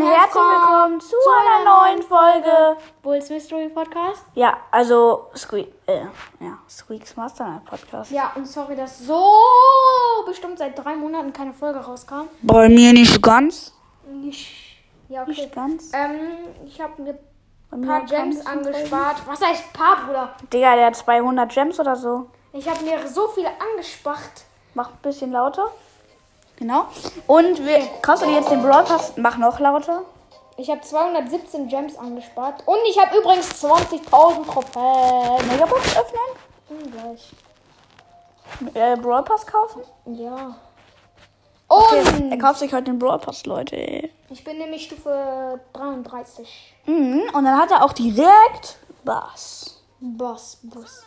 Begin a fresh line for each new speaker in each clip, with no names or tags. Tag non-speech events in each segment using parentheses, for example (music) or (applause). willkommen zu einer neuen Folge.
Bulls Mystery Podcast.
Ja, also Squeak, äh, ja, Squeaks Mastermind Podcast.
Ja, und sorry, dass so bestimmt seit drei Monaten keine Folge rauskam.
Bei mir nicht ganz.
Ich, ja, okay.
Nicht ganz.
Ähm, ich habe mir ein
mir
paar
kam
Gems
es nicht
angespart. Was heißt paar, Bruder?
Digga, der hat 200 Gems oder so.
Ich habe mir so viele angespart.
Mach ein bisschen lauter. Genau. Und wir, kannst du dir jetzt den Brawl Pass, mach noch lauter.
Ich habe 217 Gems angespart. Und ich habe übrigens 20.000 Trophäen.
Megabox öffnen.
Hm, Gleich.
Äh, Brawl Pass kaufen.
Ja.
Okay,
Und
er kauft sich heute den Brawl Pass, Leute.
ich bin nämlich Stufe 33.
Mhm, und dann hat er auch direkt Bass.
Boss, Boss.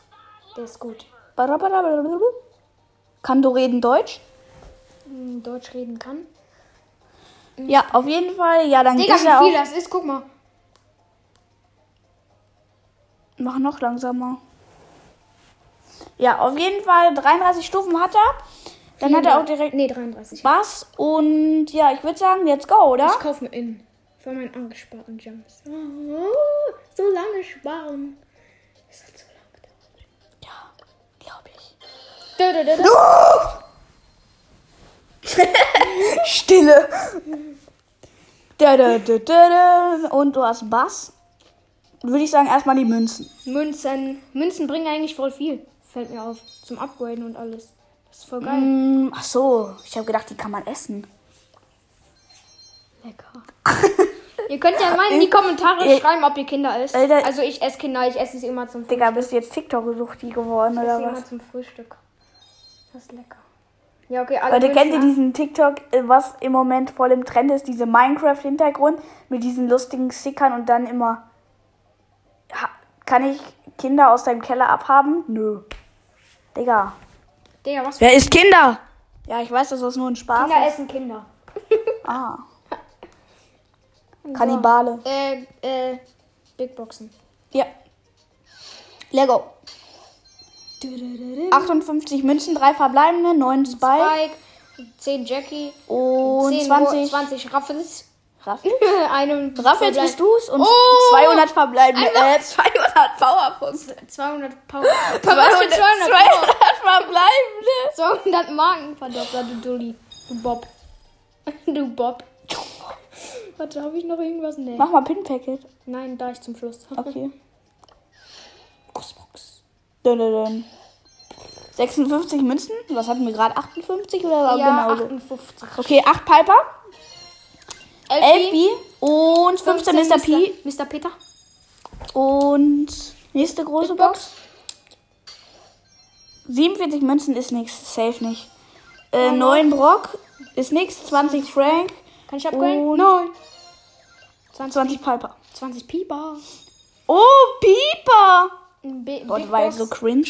Der ist gut.
Barabarabarabara. Kann du reden Deutsch?
Hm, Deutsch reden kann.
Ja, auf jeden Fall. Ja, dann
Digga,
ist er
wie viel
auch.
das ist, guck mal.
Mach noch langsamer. Ja, auf jeden Fall 33 Stufen hat er. Dann hat er auch direkt
Nee, 33.
Bass und ja, ich würde sagen, let's go, oder?
Ich kaufe mir in. Für meinen angesparten Jumps. Oh, so lange sparen. Das hat so lange gedauert.
Ja, glaube ich.
Dö, dö, dö, dö.
(laughs) Stille. Da, da, da, da, da. Und du hast Bass. Würde ich sagen, erstmal die Münzen.
Münzen. Münzen bringen eigentlich voll viel. Fällt mir auf. Zum Upgraden und alles. Das ist voll geil.
Mm, ach so, ich habe gedacht, die kann man essen.
Lecker. (laughs) ihr könnt ja mal in die Kommentare
Äh,
schreiben, ob ihr Kinder esst.
Alter.
Also ich esse Kinder, ich esse es immer zum Frühstück.
Digga, bist du jetzt TikTok-Suchti geworden
Ich esse
oder was?
immer zum Frühstück. Das ist lecker. Ja, okay, alle
Leute, kennt ihr
Münzen-
diesen TikTok, äh, was im Moment voll im Trend ist? Diese Minecraft-Hintergrund mit diesen lustigen Stickern und dann immer. Ha, kann ich Kinder aus deinem Keller abhaben? Nö. Digga.
Digga, was für
Wer ist Kinder? Ja, ich weiß, das ist nur ein Spaß.
Kinder essen Kinder.
Ah. Kannibale.
Äh, äh, Big Boxen.
Ja. Lego. 58 Münzen, 3 verbleibende, 9 Spike
Spike, 10 Jackie,
und
10 Ro-
20
20 Raffles, (laughs)
Raffel.
einem
Raffels bist du's und
Oh!
200 verbleibende,
Einmal- (laughs)
äh, 200 Powerpunkte.
200
(laughs)
Power. Was für 200 Power?
200 verbleibende.
200 (laughs) Markenverdoppler, du Dulli. Du Bob. (laughs) Du
(laughs)
Bob. Warte, habe ich noch irgendwas? Nee.
Mach mal Pin-Packet.
Nein, da ich zum Schluss.
Okay. Großbox. Dun, dun, dun. 56 Münzen? Was hatten wir gerade? 58 oder
(laughs)
war
ja,
genau so?
58.
Okay, 8 Piper, 11
Elfie,
B und 15 Mr. P.
Mr. Peter.
Und nächste große
Big Box.
Box. 47 Münzen ist nix, safe nicht. Äh, 9 Brock ist nix, 20 Frank,
Kann ich upgraden?
Und-
Nein. 20,
20 Piper.
20 Pieper.
Oh, Pieper!
B
Gott,
Big
war
Box.
so cringe.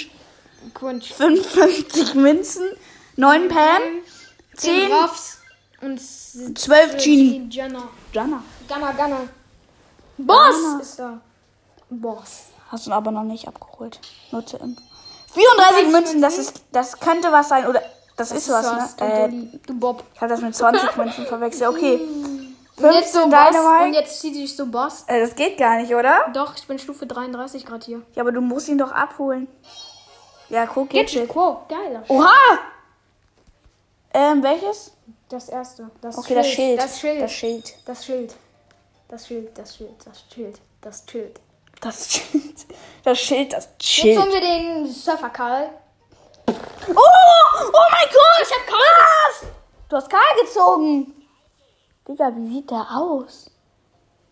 Crunch.
55 Münzen, 9 Pam, 10,
Ruffs und 12
12 Genie.
Jenner.
Jana,
Gunner, Gunner. Boss
Gunner.
ist da. Boss.
hast du aber noch nicht abgeholt. Nur zur Info. 34 Münzen, das ist, das könnte was sein, oder, das, ist was,
Du,
ne? Äh,
Dolly, du Bob.
ich habe das mit 20 Münzen verwechselt,
(laughs)
okay. 15
Und jetzt so Boss. Und
Dynamite.
jetzt zieht sich so Boss.
Äh, das geht gar nicht, oder?
Doch, ich bin Stufe 33 gerade hier.
Ja, aber du musst ihn doch abholen. Ja, guck jetzt.
Gadget Quo. Geiler.
Oha! Ähm, welches?
Das erste. Das
Okay, das Schild.
Das Schild.
Das Schild.
Das Schild. Das Schild. Das Schild. Das Schild. Das Schild.
Das Schild. Das Schild, das
Jetzt
Schild.
holen wir den Surfer Karl.
Oh! Oh mein Gott!
Ich hab Karl.
Du hast Karl gezogen! Digga, wie sieht der aus?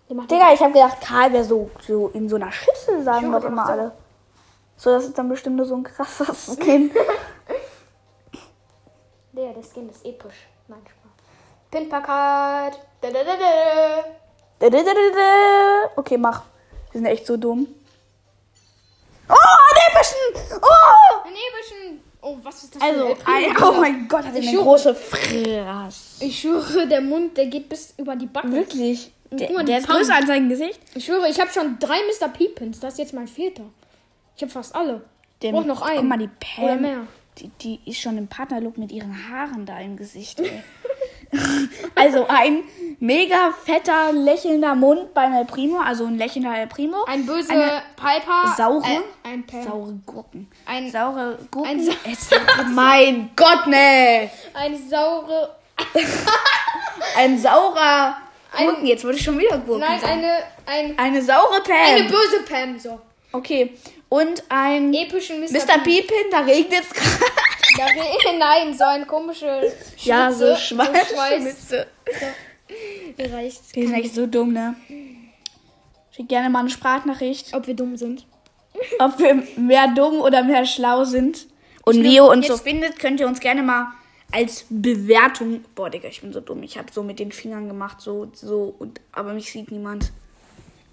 Der macht
Digga, ich hab gedacht, Karl wäre so, so in so einer Schüssel, sagen
Junge,
doch
der
immer
macht so-
alle. So, das ist dann bestimmt nur so ein krasses (laughs) Kind.
Der, der Skin ist episch. Nein, Spaß. Pinpackard. Da, da, da, da.
Okay, mach. Wir sind echt so dumm. Oh, ein epischen! Oh!
Einen epischen. Oh, was ist das
Also,
für
ein,
(laughs) ein
oh mein Gott, hat er
Ich
eine
schwöre.
große Fresse.
Ich schwöre, der Mund, der geht bis über die Backen.
Wirklich? Der,
Guck mal, die
der ist
Pfanne.
größer als sein Gesicht.
Ich schwöre, ich habe schon drei Mr. P-Pins. Das ist jetzt mein vierter. Ich habe fast alle.
Der,
Ich brauch noch einen.
Guck mal, die
Oder
Pam.
mehr.
Die, die ist schon im Partnerlook mit ihren Haaren da im Gesicht. Ey. (laughs) Also ein mega fetter, lächelnder Mund beim El Primo, also ein lächelnder El Primo.
Ein böse
Eine
Piper.
saure-
Äh, ein Pam.
Saure Gurken.
Ein-
saure Gurken. (laughs)
ein Sa-
Esser.
(laughs)
mein Gott, ne.
Eine saure.
Ein saurer
Ein-
Gurken. Jetzt würde ich schon wieder Gurken
Nein,
sagen.
eine. Ein,
Eine saure Pam.
eine böse Pam, so.
okay. Und ein
Epischen Mr.
Mr. Beepin, da regnet es (laughs) gerade.
Da re- (laughs) Nein, so ein komische Schütze,
Ja, so schwarz.
schweiß.
Mütze.
Gereicht.
Die sind echt so dumm, ne? Schick gerne mal eine Sprachnachricht,
Ob wir dumm sind.
ob wir mehr dumm oder mehr schlau sind. Und Leo und
jetzt-
so findet, könnt ihr uns gerne mal als Bewertung. Boah, Digga, ich bin so dumm. Ich habe so mit den Fingern gemacht, so, so, und aber mich sieht niemand.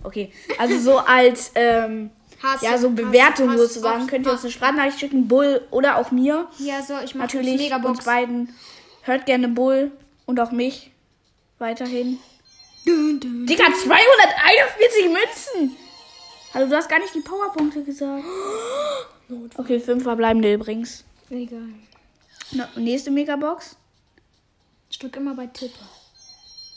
Okay, also so als ähm,
Hass,
ja so
Hass,
Bewertung
Hass,
sozusagen
Hass,
könnt ihr uns
Hass.
eine Sprachnachricht schicken, Bull oder auch mir.
Ja, so, ich mach
Natürlich
Megabox.
uns beiden. Hört gerne Bull und auch mich weiterhin.
Dun, dun.
Digga, 241 Münzen! Hallo, du hast gar nicht die Powerpunkte gesagt. (gasps) Okay, fünf verbleibende übrigens.
Egal.
Na, nächste Megabox.
Ich drück immer bei Tippe.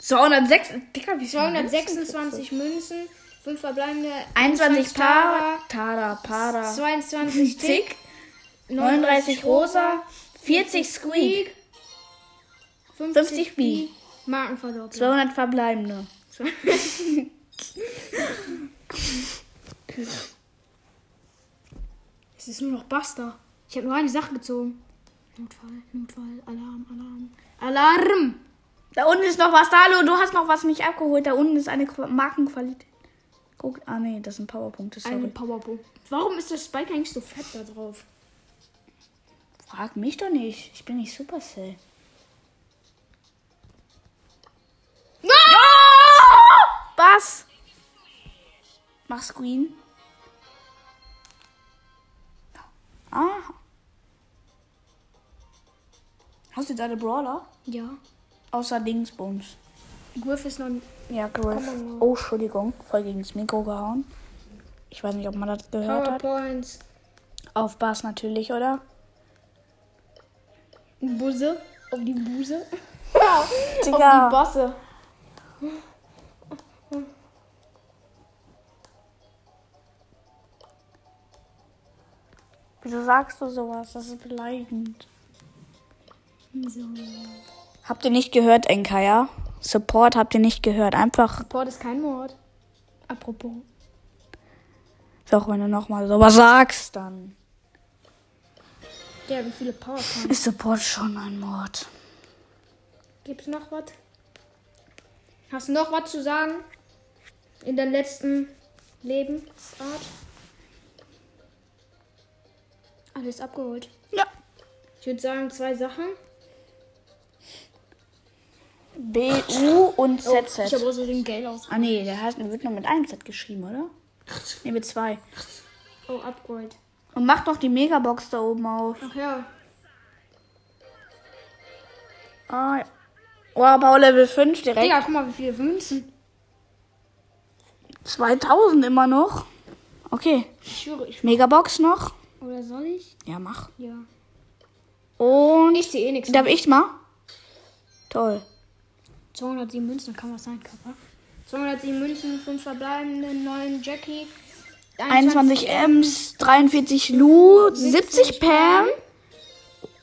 206. Digga, wie
226 Münzen, 5 verbleibende.
21 Para. Tara, Para.
22 Tick.
Tick. 39 Rosa. 40 Squeak. 50 Bi.
Markenverdoppelung.
200 verbleibende.
Es ist nur noch Basta. Ich habe nur eine Sache gezogen. Notfall, Notfall, Alarm, Alarm. Alarm!
Da unten ist noch was. Da, Hallo, du hast noch was nicht abgeholt. Da unten ist eine Qua- Markenqualität. Guck, ah nee, das sind Powerpunkte, sorry.
Eine Powerpoint. Warum ist der Spike eigentlich so fett da drauf?
Frag mich doch nicht. Ich bin nicht Supercell. Ja! Was? Mach Screen. Aha. Hast du jetzt alle Brawler?
Ja.
Außer Dingsbums.
Griff ist noch.
Ja, Griff. Oh, Entschuldigung. Voll gegen das Mikro gehauen. Ich weiß nicht, ob man das gehört hat.
Powerpoints.
Auf Bass natürlich, oder?
Busse. Auf die Buse.
Digga.
Auf die Bosse.
Wieso sagst du sowas? Das ist beleidigend.
So.
Habt ihr nicht gehört, Enka, ja? Support habt ihr nicht gehört. Einfach
Port ist kein Mord. Apropos.
doch, wenn du nochmal sowas sagst, dann
Ja, wie viele Powerpoints?
ist Support schon ein Mord.
Gibt's noch was? Hast du noch was zu sagen? In der letzten Lebensart? Alles abgeholt.
Ja.
Ich würde sagen, zwei Sachen.
B, U und
Oh, Ich habe
ZZ.
also den Geld aus.
ah nee, der heißt, wird nur mit einem Z geschrieben, oder? Nee, mit zwei.
Oh, abgeholt.
Und mach doch die Megabox da oben auf.
Ach ja.
Ah, ja. Oh, Bau Level 5 direkt.
Digga, guck mal, wie viele Münzen.
2000 immer noch. Okay.
Ich schwöre, ich.
Megabox noch.
Oder soll ich?
Ja, mach.
Ja.
Und
Ich sehe eh nichts.
darf ich mal? Toll.
207 Münzen, kann was sein, Kappa. 207 Münzen, 5 verbleibende, 9 Jackie.
21 Ems, 43 Lu, 70 Pam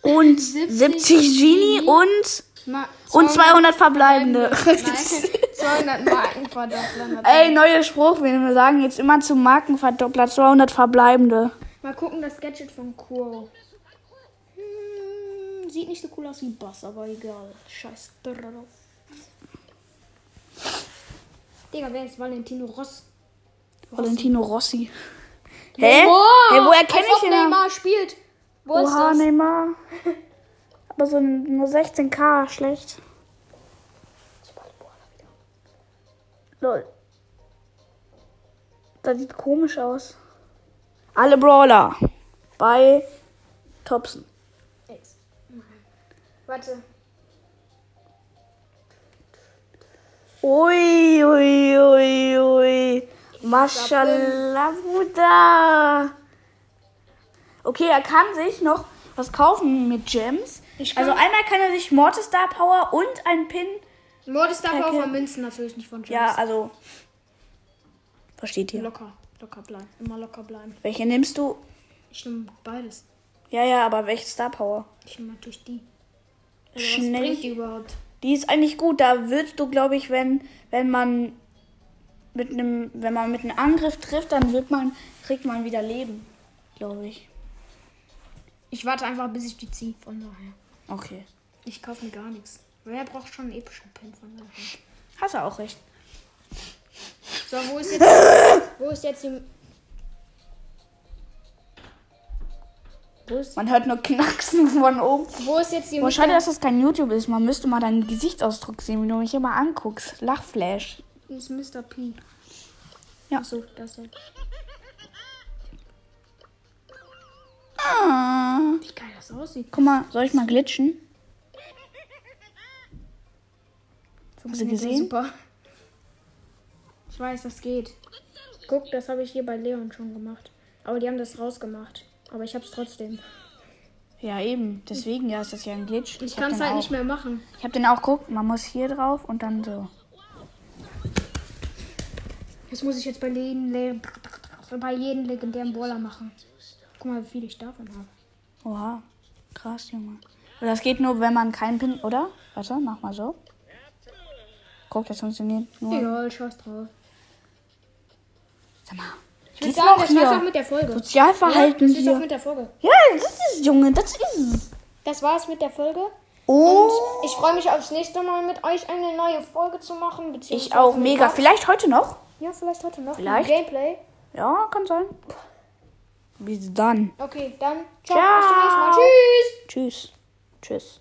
und 70 Genie und,
Ma-
und 200 verbleibende.
(laughs) Nein, 200 Marken verdoppeln.
Ey, neuer Spruch, wir sagen jetzt immer zum Markenverdoppler 200 verbleibende.
Mal gucken, das Gadget von Quo. Hm, sieht nicht so cool aus wie Bass, aber egal. Scheiß drauf. Digga, wer ist Valentino Ross?
Valentino Rossi. Hä?
Boah,
Hey, woher kenne
als
ich
ob
den? Namen?
Neymar spielt. Wo ist
Oha, ne-
das?
Neymar. Aber so nur 16k, schlecht. Lol. Das sieht komisch aus. Alle Brawler bei Topsen.
Nix. Warte.
Ui, ui, ui, ui. Maschallah, Bruder. Okay, er kann sich noch was kaufen mit Gems.
Ich kann
Also einmal kann er sich Mortis Star Power und einen Pin.
Lord ist
Ja,
aber
okay.
auch von Münzen natürlich nicht von Gems.
Ja, also. Versteht ihr?
locker, locker bleiben, immer locker bleiben.
Welche nimmst du?
Ich nehme beides.
Ja, ja, aber welche Star Power?
Ich nehme natürlich die. Also
Schnell.
Was bringt die überhaupt?
Die ist eigentlich gut. Da würdest du, glaube ich, wenn, wenn man mit einem, wenn man mit einem Angriff trifft, dann wird man, kriegt man wieder Leben. Glaube ich.
Ich warte einfach, bis ich die ziehe. Von daher.
Okay.
Ich kaufe mir gar nichts. Wer braucht schon einen epischen Pin von daher?
Hast du auch recht.
So, wo ist jetzt. Wo ist jetzt die. Wo ist,
Man hört nur Knacksen (laughs) von oben.
wo ist jetzt die.
Boah, schade, dass das kein YouTube ist. Man müsste mal deinen Gesichtsausdruck sehen, wenn du mich immer anguckst. Lachflash.
Das ist Mr. P.
Ja.
Achso, das ist.
Ah.
Wie geil das aussieht.
Guck mal, soll ich mal glitschen? Hast du gesehen?
Super. Ich weiß, das geht. Guck, das habe ich hier bei Leon schon gemacht. Aber die haben das rausgemacht. Aber ich habe es trotzdem.
Ja, eben. Deswegen ja, ist das ja ein Glitch.
Ich
hab
kann es
den
halt
auch.
nicht mehr machen.
Ich habe den auch geguckt. Man muss hier drauf und dann so.
Das muss ich jetzt bei jedem, Le bei jedem legendären Brawler machen. Guck mal, wie viel ich davon habe.
Oha. Krass, Junge. Aber das geht nur, wenn man keinen Pin, oder? Warte, mach mal so. Guck, das funktioniert nur.
Egal, scheiß drauf.
Oh. Sag mal.
Ich würde
Geht's
sagen,
noch
das war's auch
hier?
mit der Folge. ja,
Sozialverhalten
das ist auch
hier.
mit der Folge.
Ja, das ist, Junge, das ist.
Das war's mit der Folge.
Oh.
Und ich freue mich aufs nächste Mal mit euch eine neue Folge zu machen. beziehungsweise
Ich auch
mit
mega.
Max.
Vielleicht heute noch?
Ja, vielleicht heute noch. ein
Vielleicht.
Gameplay.
Ja, kann sein. Bis dann.
Okay, dann. Ciao. Bis zum nächsten Mal. Tschüss.
Tschüss. Tschüss.